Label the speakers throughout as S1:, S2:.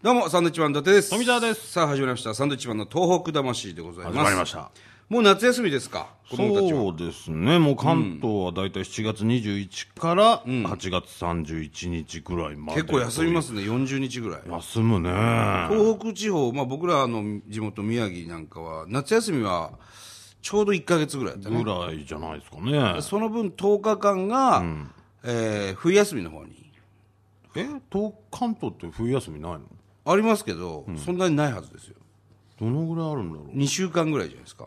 S1: どうも、サンドイッチマン伊達です。
S2: 富澤です。
S1: さあ、始まりました。サンドイッチマンの東北魂でございます。
S2: 始まりました。
S1: もう夏休みですか子供たちは。
S2: そうですね、もう関東はだいたい7月21から8月31日ぐらいまで、
S1: 結構休みますね、40日ぐらい。
S2: 休むね、
S1: 東北地方、まあ僕らの地元宮城なんかは、夏休みはちょうど1ヶ月ぐらいだったね。
S2: ぐらいじゃないですかね、
S1: その分10日間が、えー冬休みの方に。
S2: え東関東って冬休みないの、
S1: ありますけど、そんなにないはずですよ。
S2: どのぐらいあるんだろう、
S1: 2週間ぐらいじゃないですか。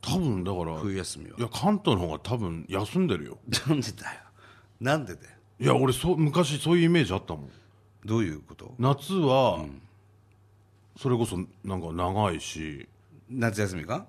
S2: 多分だから、
S1: 冬休みは。
S2: いや、関東の方が多分休んでるよ、
S1: なんでだよ。なんでだよ。
S2: いや、俺そう、昔そういうイメージあったもん、
S1: どういうこと
S2: 夏は、それこそなんか長いし、
S1: 夏休みか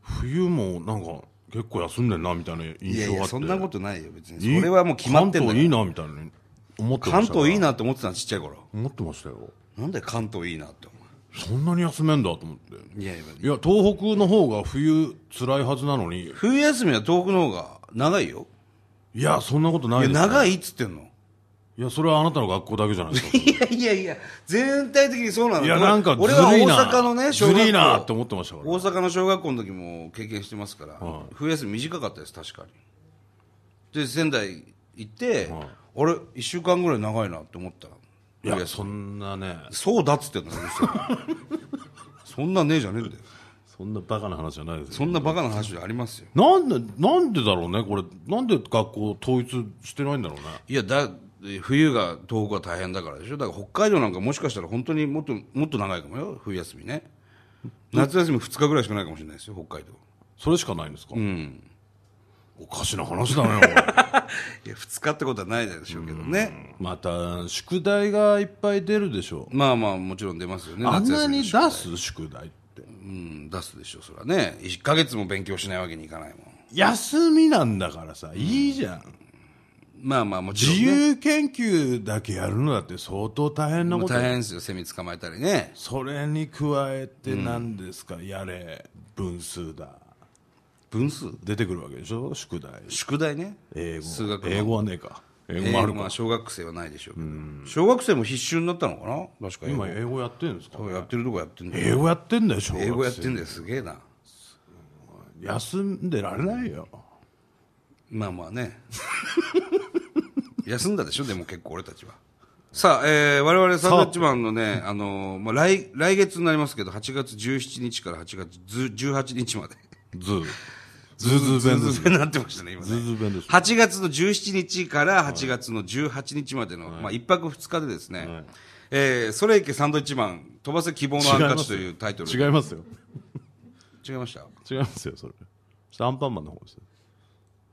S2: 冬もなんか、結構休んでんなみたいな印
S1: いや
S2: 象
S1: い
S2: があ
S1: や、
S2: って。
S1: そんなことないよ、別に。それはもう決まってんだ
S2: 関
S1: よ
S2: 東いいなみたいに思ってま
S1: 関
S2: した
S1: 東いいなって思ってたのちっちゃい頃
S2: 思ってましたよ
S1: なんで関東いいなって
S2: そんなに休めんだと思って
S1: 思ういやいや
S2: いや東北の方が冬辛いはずなのに
S1: 冬休みは東北の方が長いよ
S2: いやそんなことない
S1: い
S2: で
S1: や
S2: すい
S1: 長いっつってんの
S2: やそれはあなたの学校だけじゃないですか
S1: いやいやいや全体的にそうなの
S2: いやなんかず
S1: 俺は
S2: るいな
S1: 大阪のね小
S2: ず
S1: 学校
S2: るいなって思ってましたから
S1: 大阪の小学校の時も経験してますから、冬休み短かったです確かにで仙台行って、あれ1週間ぐらい長いなって思ったら
S2: いやそんなね
S1: そうだっつってんのうるせ えそんなねえじゃねえんだよ
S2: そんなバカな話じゃないです
S1: そ
S2: よ
S1: んなバカな話じゃありますよ
S2: なんでなんでだろうねこれなんで学校統一してないんだろうね
S1: いやだ冬が東北は大変だからでしょだから北海道なんかもしかしたら本当にもっともっと長いかもよ冬休みね夏休み2日ぐらいしかないかもしれないですよ北海道
S2: それしかないんですかおかしな話だね これ
S1: いや2日ってことはないでしょうけどね
S2: また宿題がいっぱい出るでしょ
S1: まあまあもちろん出ますよね
S2: あん
S1: 夏
S2: な
S1: 休み
S2: に
S1: の宿
S2: 出す宿題っ
S1: う
S2: て
S1: ん出すでしょうそれはね1か月も勉強しないわけにいかないもん
S2: 休みなんだからさいいじゃん、
S1: まあまあもちろん、ね、
S2: 自由研究だけやるのだって相当大変な
S1: も
S2: こ
S1: う
S2: と
S1: 大変ですよセミ捕まえたりね
S2: それに加えて何ですか、やれ分数だ
S1: 分数
S2: 出てくるわけでしょ宿題
S1: 宿題ね
S2: 英語
S1: 数学の
S2: 英語はねえか英語
S1: 英
S2: もあ
S1: 語
S2: るか
S1: まあ小学生はないでしょうけど小学生も必修になったのかな確か英語
S2: 今英語やってるんですか
S1: やってるとこやってんだよ
S2: 英語やってんだよ小学生
S1: 英語やってんだよすげえな
S2: 休んでられないよ
S1: まあまあね 休んだでしょでも結構俺たちはさあ、えー、我々サンドウィッチマンのね、あのーまあ、来来月になりますけど8月17日から8月18日まで
S2: ズーズーズー弁です
S1: ずっとなってましたね今ね
S2: ズーズー弁です
S1: 8月の17日から8月の18日までの、まあ、1泊2日でですね、えー、ソレイケサンドウィッチマン飛ばせ希望のハンカチというタイトル
S2: 違いますよ
S1: 違いました
S2: 違いますよそれアンパンマンの方ですよ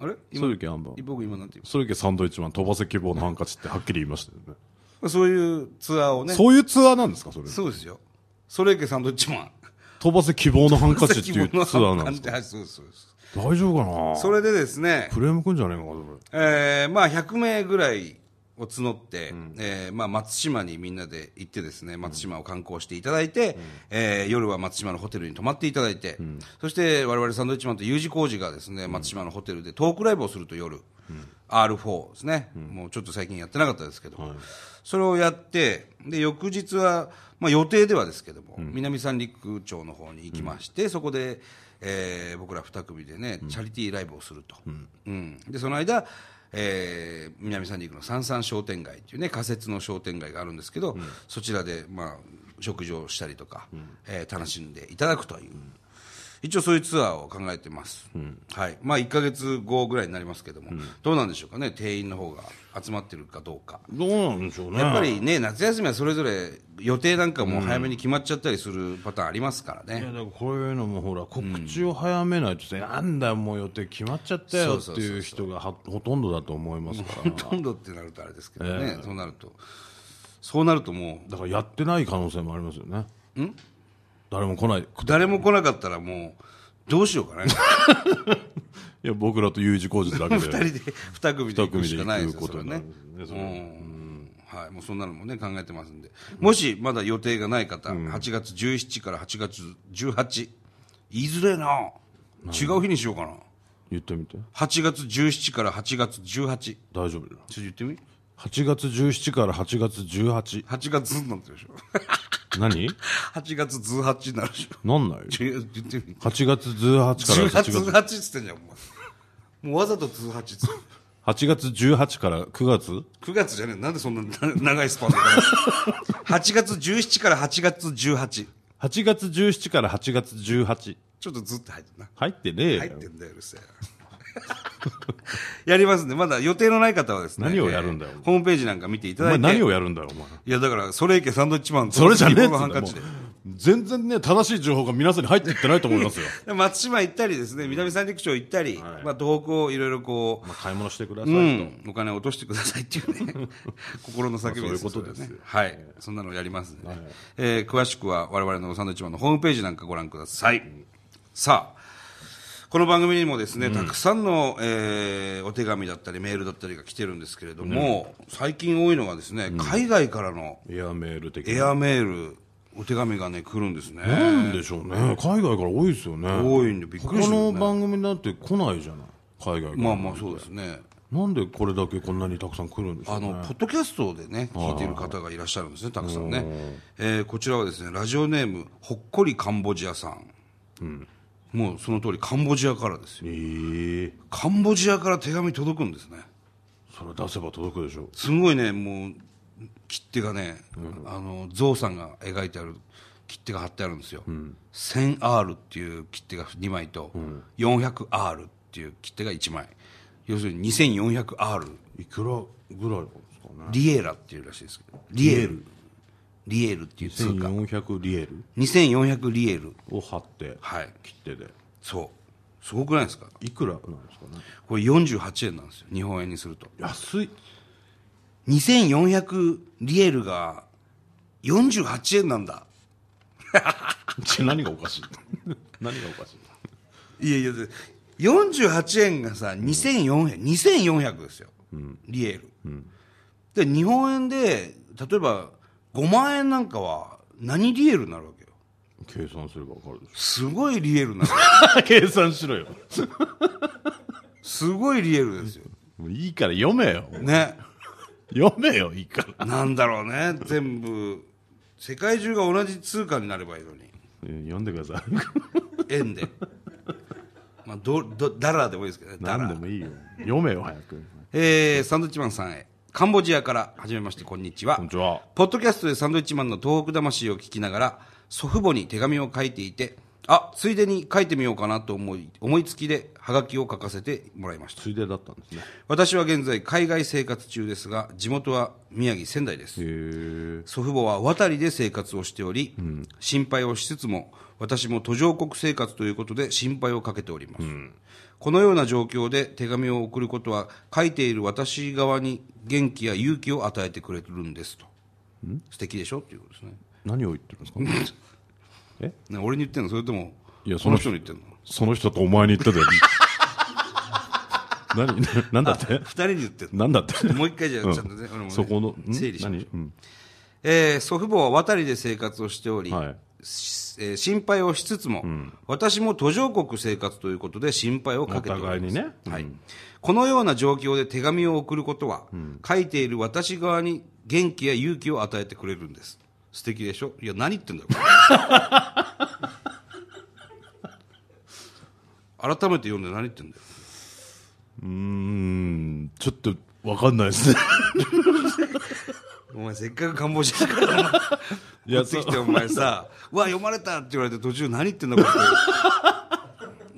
S1: あれ
S2: そ
S1: 今
S2: れけアンパン
S1: 僕今なんて言いま
S2: それけサンドイッチマン飛ばせ希望のハンカチってはっきり言いましたよね
S1: したそういうツアーをね
S2: そういうツアーなんですかそれ
S1: そうですよ。それいけサンドウィッチマン。
S2: 飛ばせ希望のハンカチっていうツアーなんですか
S1: はいそうですそうです
S2: 大丈夫かな
S1: それでですね、
S2: クレームくんじゃねえのかそれ
S1: えーまあ100名ぐらいを募って、えーまあ松島にみんなで行ってですね、松島を観光していただいて、えー夜は松島のホテルに泊まっていただいて、そして我々サンドウィッチマンと U 字工事がですね、松島のホテルでトークライブをすると夜、R4 ですね、もうちょっと最近やってなかったですけど、それをやって、で、翌日は、まあ予定ではですけども、南三陸町の方に行きまして、そこで、えー僕ら2組でね、チャリティーライブをすると。うんで、その間、えー南三陸の三三商店街っていうね、仮設の商店街があるんですけど、そちらで、まあ、食事をしたりとか、えー楽しんでいただくという。一応そういうツアーを考えてます、はいまあ、1か月後ぐらいになりますけども、どうなんでしょうかね、定員の方が集まってるかどうか、
S2: どうなんでしょうね
S1: やっぱりね、夏休みはそれぞれ予定なんかも早めに決まっちゃったりするパターンありますから
S2: いや
S1: ね、
S2: だからこういうのもほら告知を早めないとさ、なんだよもう予定決まっちゃったよっていう人がはほとんどだと思いますか
S1: ほ
S2: ら
S1: とんどってなるとあれですけどね、そうなると、そうなるとも、
S2: だからやってない可能性もありますよね誰も来ないう
S1: 誰も来なかったらもう、どうしよう かね、
S2: いや僕らと U 字工事だけで
S1: 2人で2組で行くしかないですよ、
S2: 二
S1: それ
S2: 組
S1: はね
S2: で行く。ことになりますよねそれは
S1: うんはい、もうそんなのもね考えてますんで、もしまだ予定がない方、8月17から8月18言いづれえな違う日にしようかな
S2: 言ってみて
S1: 8月17から8月18ちょっ
S2: 大丈夫だよ
S1: と言ってみ
S2: 8月17から8月18
S1: 8月になってるでしょ。
S2: 何
S1: 8月18になるでしょ。
S2: なんない
S1: ちょ言ってみ
S2: 8月18から
S1: 10月
S2: 8月
S1: 18っつってんじゃん、お前。もうわざと18っつって。
S2: 8月18から9月
S1: 9月じゃねえ。なんでそんなな長いスパンで話す ?8 月17から8月18。
S2: 8月17から8月18
S1: ちょっとずっと入ってんな。
S2: 入ってねえよ
S1: 入ってんだよ、うるせえ。やりますんで、まだ予定のない方はですね。
S2: 何をやるんだよ
S1: えーホームページなんか見ていた
S2: お
S1: だい
S2: 前
S1: て。
S2: 何をやるんだよお前
S1: いや、だから、ソレイケサンドイッチマン、
S2: それじゃねえっつう
S1: ボールハン
S2: んだ
S1: カ
S2: よ
S1: チ
S2: もう
S1: で。
S2: 全然ね正しい情報が皆さんに入っていってないと思いますよ
S1: で松島行ったりですね、南三陸町行ったり、まあ、東北をいろいろこ
S2: まあ買い物してくださ
S1: う、
S2: いと、
S1: うん、お金を落としてくださいっていう ね、心の叫びです
S2: まあそういうこと
S1: れはね
S2: ですよ
S1: はい、そんなのやりますんでね、えー詳しくは我々のサンドウィッチマンのホームページなんかご覧ください。さあ、この番組にもですね、たくさんの、えーお手紙だったりメールだったりが来てるんですけれども、最近多いのがですね、海外からの
S2: エアメール的
S1: エ
S2: な
S1: アメール、お手紙がね、来るんですね。
S2: なんでしょうね海外から多いですよね
S1: 多いんでびっくりするよ
S2: こ
S1: ね
S2: の番組だって来ないじゃない海外から、
S1: まあまあそうですね。
S2: なんでこれだけこんなにたくさん来るんでしょ
S1: あ
S2: うね
S1: の、ポッドキャストでね、聞いている方がいらっしゃるんですね、たくさんね。えーこちらはですね、ラジオネーム、ほっこりカンボジアさん。もうその通り、カンボジアからですよ。
S2: ええ
S1: カンボジアから手紙届くんですね。
S2: それ出せば届くでしょ
S1: すごいね、もう、切手がね、あの、ゾウさんが描いてある切手が貼ってあるんですよ。1000R っていう切手が2枚と、400R っていう切手が1枚。要するに 2400R。
S2: いくらぐらいなんですかね
S1: リエラっていうらしいですけど。リエル。リエルっていう通貨。
S2: 1400リエル
S1: 2400リエル。
S2: を貼って
S1: はい。
S2: 切手で
S1: そう。すごくないですか
S2: いくらなんですかね
S1: これ48円なんですよ。日本円にすると。
S2: 安い
S1: 2400リエルが48円なんだ。
S2: ち 何がおかしい何がおかしい
S1: いやいや、で48円がさ、2400、2400ですよ。リエル。で、日本円で、例えば5万円なんかは何リエルになるわけよ。
S2: 計算すればわかるです
S1: ごいリエルなの。
S2: しょ 計算しろよ
S1: すごいリエルですよ。
S2: もういいから読めよ
S1: ね。
S2: 読めよいいから
S1: なんだろうね、全部、世界中が同じ通貨になればいいのに、
S2: 読んでくださ
S1: 円で、まあ、どどダラーでもいいですけどね、
S2: い
S1: ダ
S2: 何で
S1: ラー
S2: もいいよ読めよ早く
S1: えー、サンドウィッチマンさんへ、カンボジアから、はじめまして、こんにちは。
S2: こんにちは
S1: ポッドキャストでサンドウィッチマンの東北魂を聞きながら、祖父母に手紙を書いていて、あ、ついでに書いてみようかなと思い、思いつきで、はがきを書かせてもらいました。
S2: ついでだったんですね
S1: 私は現在、海外生活中ですが、地元は宮城仙台です。
S2: へえ
S1: 祖父母は渡りで生活をしており、心配をしつつも、私も途上国生活ということで心配をかけております。このような状況で手紙を送ることは、書いている私側に元気や勇気を与えてくれるんですと。素敵でしょっていうことですね。
S2: 何を言ってるんですか
S1: ね俺に言ってんのそれとも、
S2: いやそ
S1: こ
S2: の
S1: の
S2: 人
S1: 人に言ってんの
S2: その人とお前に言ったで 何何だ って
S1: 二人に言ってんの
S2: 何だって
S1: もう一回じゃあちゃんとね、俺もね
S2: そこのん
S1: 整理しましょう
S2: 何うん
S1: えー祖父母は渡りで生活をしており、
S2: はい
S1: しえー心配をしつつも、私も途上国生活ということで心配をかけております
S2: お互いにね
S1: はいこのような状況で手紙を送ることは、書いている私側に元気や勇気を与えてくれるんです素敵でしょいや何言ってんだよこれ 改めて読んで何言ってんだよ
S2: うーんちょっとわかんな いですね
S1: お前せっかくカンボジアから
S2: いや
S1: 持ってきてお前さ「うわ読まれた」って言われて途中何言ってんだこれ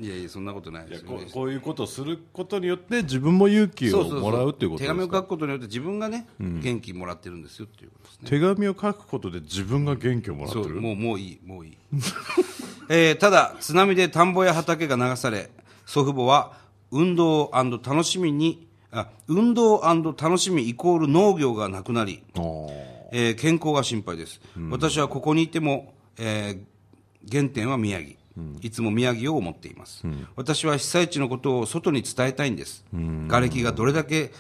S1: いやいやそんなことないですよ
S2: こ
S1: ね
S2: うこういうことをすることによって自分も勇気
S1: そ
S2: を
S1: そそ
S2: もらうっていうこと
S1: 手
S2: です
S1: 紙を
S2: か
S1: 書くことによって自分がね、元気もらってるんですよっていうことですね
S2: 手紙を書くことで自分が元気をもらって
S1: そう
S2: る
S1: もうもういいもうい い、えーただ津波で田んぼや畑が流され祖父母は運動楽しみにあ運動楽しみイコール農業がなくなり
S2: あー
S1: えー健康が心配です、私はここにいても、えー原点は宮城、いつも宮城を思っています、私は被災地のことを外に伝えたいんです、瓦礫がどれだけ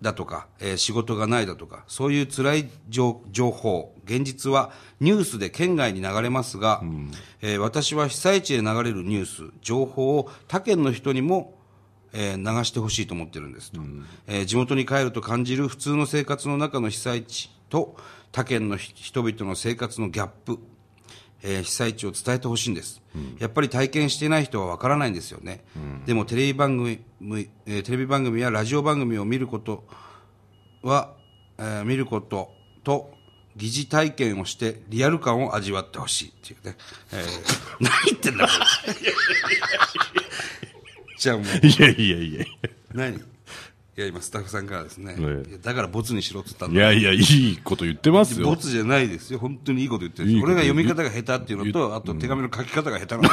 S1: だとか、えー仕事がないだとか、そういう辛い情情報、現実はニュースで県外に流れますが、えー私は被災地で流れるニュース、情報を他県の人にも、えー流してほしいと思ってるんですと、えー地元に帰ると感じる普通の生活の中の被災地と他県のひ人々の生活のギャップ、えー被災地を伝えてほしいんです、やっぱり体験していない人はわからないんですよね、でもテレビ番組、えーテレビ番組やラジオ番組を見ることは、えー見ることと疑似体験をしてリアル感を味わってほしいっていうね、えー何言ってんだこれじゃあもう
S2: いやいやいやい
S1: 何いや今スタッフさんからですね、
S2: ええ
S1: いやだからボツにしろって言ったんだ
S2: やいやいやいいこと言ってます
S1: ボ
S2: よ
S1: ツじゃないですよ本当にいいこと言ってるんです
S2: いいこ
S1: 俺
S2: と
S1: が読み方が下手っていうのとあと手紙の書き方が下手 なの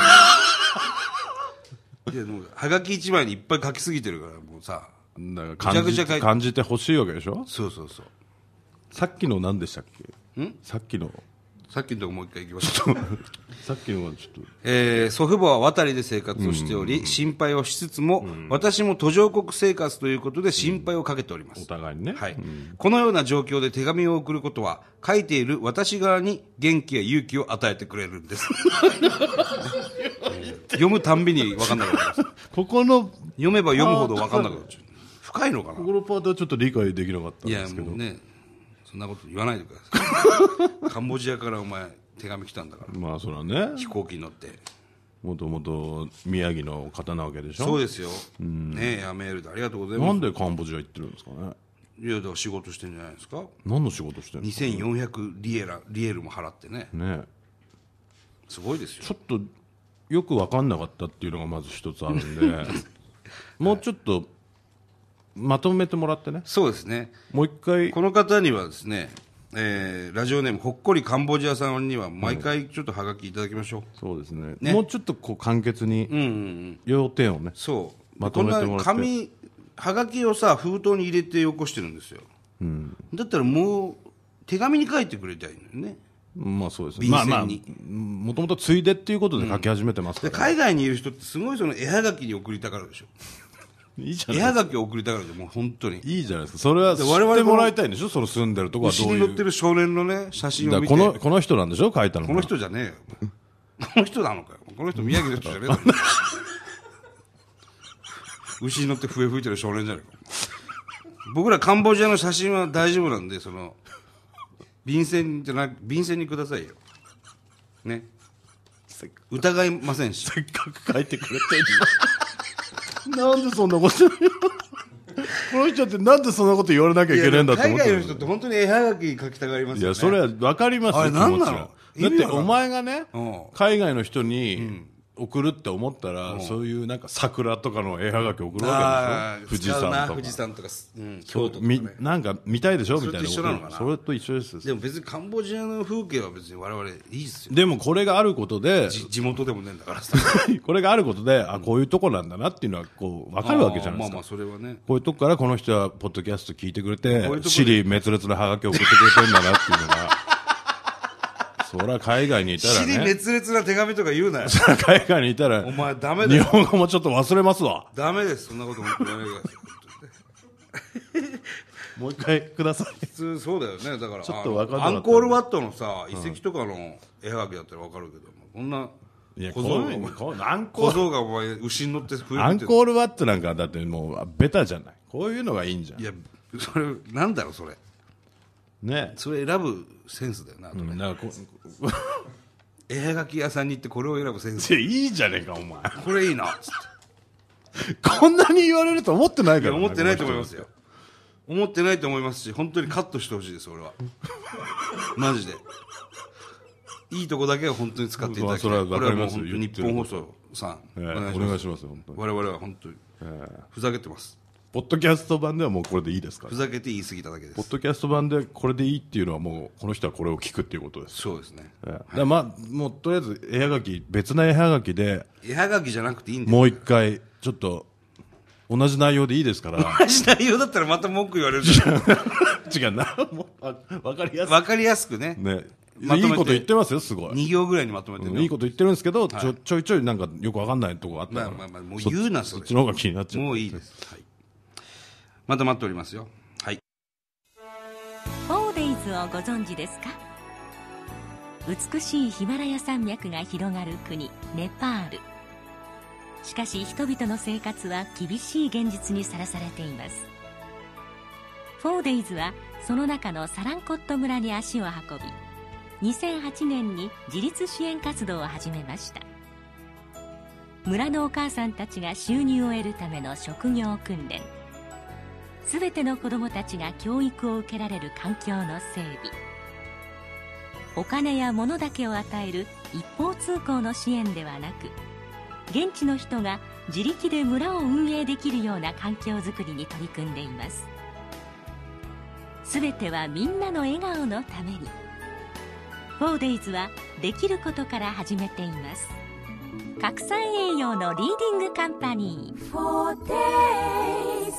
S1: いやでもはがき一枚にいっぱい書きすぎてるからもうさ
S2: だか
S1: ぐちゃぐちゃ
S2: ら感じ
S1: 書いて
S2: 感じてほしいわけでしょ
S1: そうそうそう
S2: さっきの何でしたっけさっきの
S1: さっきのとこもう一回行きまし ょう
S2: さっきのはちょっと
S1: えー祖父母は渡りで生活をしており、心配をしつつも、私も途上国生活ということで心配をかけております
S2: お。互いにね、
S1: はい、このような状況で手紙を送ることは、書いている私側に元気や勇気を与えてくれるんです。 読むたんびに分かんなくなります。
S2: ここの
S1: 読めば読むほど分かんなくなっちゃう。深いのかな
S2: ここのパートはちょっと理解できなかったん
S1: い
S2: で
S1: や、
S2: すけど
S1: もうね、そんなこと言わないでください。カンボジアからお前、手紙来たんだから、
S2: まあそれはね
S1: 飛行機に乗って。
S2: もともと宮城の方なわけでしょ
S1: そうですよ。ねえ、やメールでありがとうございます
S2: な。んでカンボジア行ってるんですかね
S1: いやだから仕事してんじゃないですか
S2: 何の仕事してるんですか
S1: 2400リエラリエルも払ってね
S2: ね
S1: すごいですよ
S2: ちょっとよく分かんなかったっていうのがまず一つあるん でもうちょっとまとめてもらってね
S1: そうですね
S2: もう一回
S1: この方にはですね、えーラジオネームほっこりカンボジアさんには毎回ちょっとハガキいただきましょう、
S2: そうですねもうちょっとこう簡潔
S1: うん
S2: に
S1: うんうん
S2: 要点をね、
S1: そう
S2: まとめてもらって
S1: こんな紙ハガキをさ封筒に入れてよこしてるんですよ、だったらもう手紙に書いてくれたらいいのよね
S2: まあそうですね
S1: 便
S2: まあ
S1: 箋に
S2: まあもともとついでっていうことで書き始めてます
S1: で
S2: から、
S1: 海外にいる人ってすごいその絵はがきに送りたがるでしょ
S2: いいじゃ
S1: 絵
S2: ない
S1: はがきを送りたがるでもう本当に
S2: いいじゃないですかそれは知
S1: 我々この
S2: ってもらいたいんでしょその住んでるとこは
S1: 牛
S2: どう
S1: に
S2: い
S1: 乗って
S2: う
S1: る少年のね写真
S2: だ
S1: を
S2: から
S1: 見
S2: こ
S1: て
S2: のこの人なんでしょ書いたのが
S1: この人じゃねえよ。この人なのかよ。この人宮城の人じゃねえ だろ。牛に乗って笛吹いてる少年じゃねえか。僕らカンボジアの写真は大丈夫なんで、その、便箋じゃなく、便箋にくださいよ。ね。疑いませんし。
S2: せっかく書いてくれてんのなんでそんなこと言うのこの人ってなんでそんなこと言われなきゃいけないんだと思
S1: 海
S2: って
S1: 外
S2: る
S1: の人って本当に絵はがき書きたがりますよね。
S2: いやそれは分かりますよ
S1: あれ
S2: 気持ちは
S1: なんなの意
S2: だっ
S1: 味
S2: て
S1: わかんない
S2: お前がね
S1: うん
S2: 海外の人に送るって思ったら、そういうなんか桜とかの絵はがき送るわ
S1: あ
S2: け
S1: ー
S2: でしょ富士
S1: 使うな
S2: 山と
S1: 富士
S2: か
S1: 山とか、うん、京都とか、
S2: み
S1: ね。
S2: なんか見たいでしょみたい
S1: それ
S2: な
S1: と一緒なのかな
S2: それと一緒です
S1: でも別にカンボジアの風景は別に我々いいですよ。
S2: でもこれがあることで
S1: じ地元でもねえんだからさ。
S2: これがあることであこういうとこなんだなっていうのはこう分かるわけじゃないですか、
S1: あーまあまあそれはね
S2: こういうとこからこの人はポッドキャスト聞いてくれ
S1: こ
S2: て
S1: ういうとこ、で
S2: シリ滅裂なハガキを送ってくれてんだなっていうのが、そりゃ海外にいたら
S1: 尻
S2: ね、
S1: 滅裂な手紙とか言う なよ
S2: 海外にいたら
S1: お、前ダメだ
S2: 日
S1: よ
S2: 本語もちょっと忘れますわ。
S1: ダメですそんなこと本当にやめてください
S2: もう一回ください。
S1: 普通そうだよねだから
S2: ちょっとわかんなかった
S1: あのアンコールワットのさ遺跡とかの絵はがきだったらわかるけど、こんない
S2: や、
S1: 小
S2: こ
S1: 僧
S2: の
S1: が
S2: このアンコ
S1: 小
S2: ール、
S1: 僧がお前牛に乗って増
S2: ア
S1: え
S2: ン
S1: て
S2: コールワットなんかだってもうベタじゃない。こういうのがいいんじゃん
S1: い。やそれなんだろうそれ
S2: ね。
S1: それ選ぶセンスだよな、
S2: うんなんかこ
S1: 絵はがき屋さんに行ってこれを選ぶセンス
S2: いやいいじゃねえか、お前。
S1: これいいなつって
S2: こんなに言われると思ってない
S1: い
S2: か
S1: や
S2: ら
S1: 思ってないと思いますよ思ってないと思いますし本当にカットしてほしいです俺は マジでいいとこだけは本当に使っていただきたい
S2: まあそれは分
S1: これ
S2: か
S1: は
S2: り
S1: もう
S2: ます
S1: 本当に日本放送さん、
S2: ええ
S1: お
S2: お
S1: 願
S2: 願
S1: い
S2: い
S1: し
S2: し
S1: ま
S2: ますすよ本当に
S1: 我々は本当に、ふざけてます
S2: ポッドキャスト版ではもうこれでいいですから
S1: ふざけて言い過ぎただけで
S2: ポッ
S1: す
S2: ドキャスト版でこれでいいっていうのはもうこの人はこれを聞くっていうことです、
S1: そうですね
S2: ええだからまあもうとりあえず絵はがき別な絵はがきで
S1: 絵はがきじゃなくていいんだよ
S2: もう一回ちょっと同じ内容でいいですから
S1: 同じ内容だったらまた文句言 われるじゃん
S2: 違 うなもうわわかりやす
S1: 分かりやすくね
S2: い、ね、
S1: まとめて
S2: いいこと言ってますよすごい、
S1: 2行ぐらいにまとめてね、
S2: いいこと言ってるんですけど、ちょちょいちょいなんかよくわかんないとこがあったか
S1: ま
S2: ら、
S1: あまあまあもう言うなそ
S2: そ
S1: れ
S2: っちの方が気になっちゃう
S1: もういいです、はい、また待っておりますよはい
S3: フォーデイズをご存知ですか美しいヒマラヤ山脈が広がる国ネパールしかし人々の生活は厳しい現実にさらされていますフォーデイズはその中のサランコット村に足を運び2008年に自立支援活動を始めました村のお母さんたちが収入を得るための職業訓練全ての子どもたちが教育を受けられる環境の整備お金や物だけを与える一方通行の支援ではなく現地の人が自力で村を運営できるような環境づくりに取り組んでいます全てはみんなの笑顔のために 4days はできることから始めています拡散栄養のリーディングカンパニー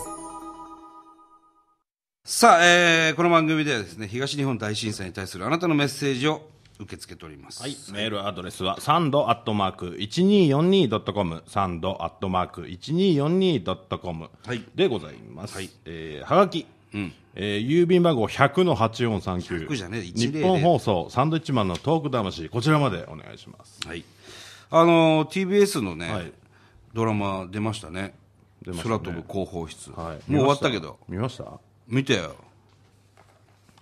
S1: さあ、えーこの番組ではですね東日本大震災に対するあなたのメッセージを受け付けております、
S2: はい、メールアドレスはサンドアットマーク 1242.com サンドアットマーク 1242.com
S1: はい
S2: でございます、
S1: はい
S2: えーはがき、えー郵便番号100の8439
S1: 100じゃねえ100
S2: 日本放送サンドイッチマンのトーク魂こちらまでお願いします
S1: はい、あの TBS のね、
S2: はい
S1: ドラマ出ましたね
S2: 出ましたね
S1: 空飛ぶ広報室、
S2: はい
S1: もう終わったけど
S2: 見ました見まし
S1: 見てよ
S2: た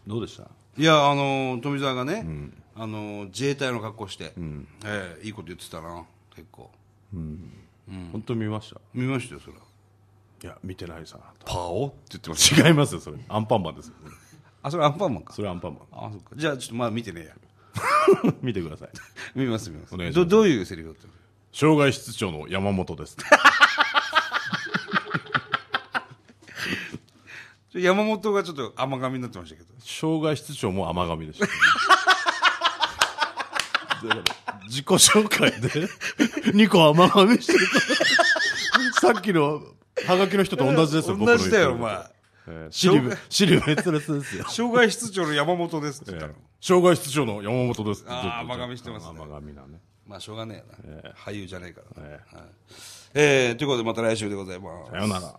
S2: どうでした
S1: いやあの富澤がね、あの自衛隊の格好して、ええいいこと言ってたな結構
S2: 本当見ました
S1: 見ましたよそれはい
S2: や見てないさ
S1: パオって言ってまし
S2: 違いますよそれアンパンマンですよ
S1: あそれアンパンマンか
S2: それアンパンマ
S1: あそっかじゃあちょっとまだ見てねえや
S2: ン 見てください
S1: 見ます見ます
S2: お願いしま
S1: ど
S2: す
S1: どういうセリフだったの
S2: 障害室長の山本です
S1: ちょ山本がちょっと甘噛みになってましたけど
S2: 障害室長も甘噛みでした、だから 自己紹介で2個甘噛みしてるから さっきのハガキの人と同じですよ僕の
S1: 同
S2: 言
S1: じ
S2: って
S1: だ
S2: る
S1: よ
S2: こ
S1: お
S2: と
S1: 前
S2: えーシリ ブシリ滅裂ですよ、
S1: 障害室長の山本ですって
S2: え
S1: 言ったの
S2: ー、障害室長の山本です
S1: あー
S2: ちょっと
S1: 甘噛みしてますね
S2: 甘噛みなね
S1: まあしょうがねえな、俳優じゃねえから、
S2: え
S1: えーということでまた来週でございます
S2: さよなら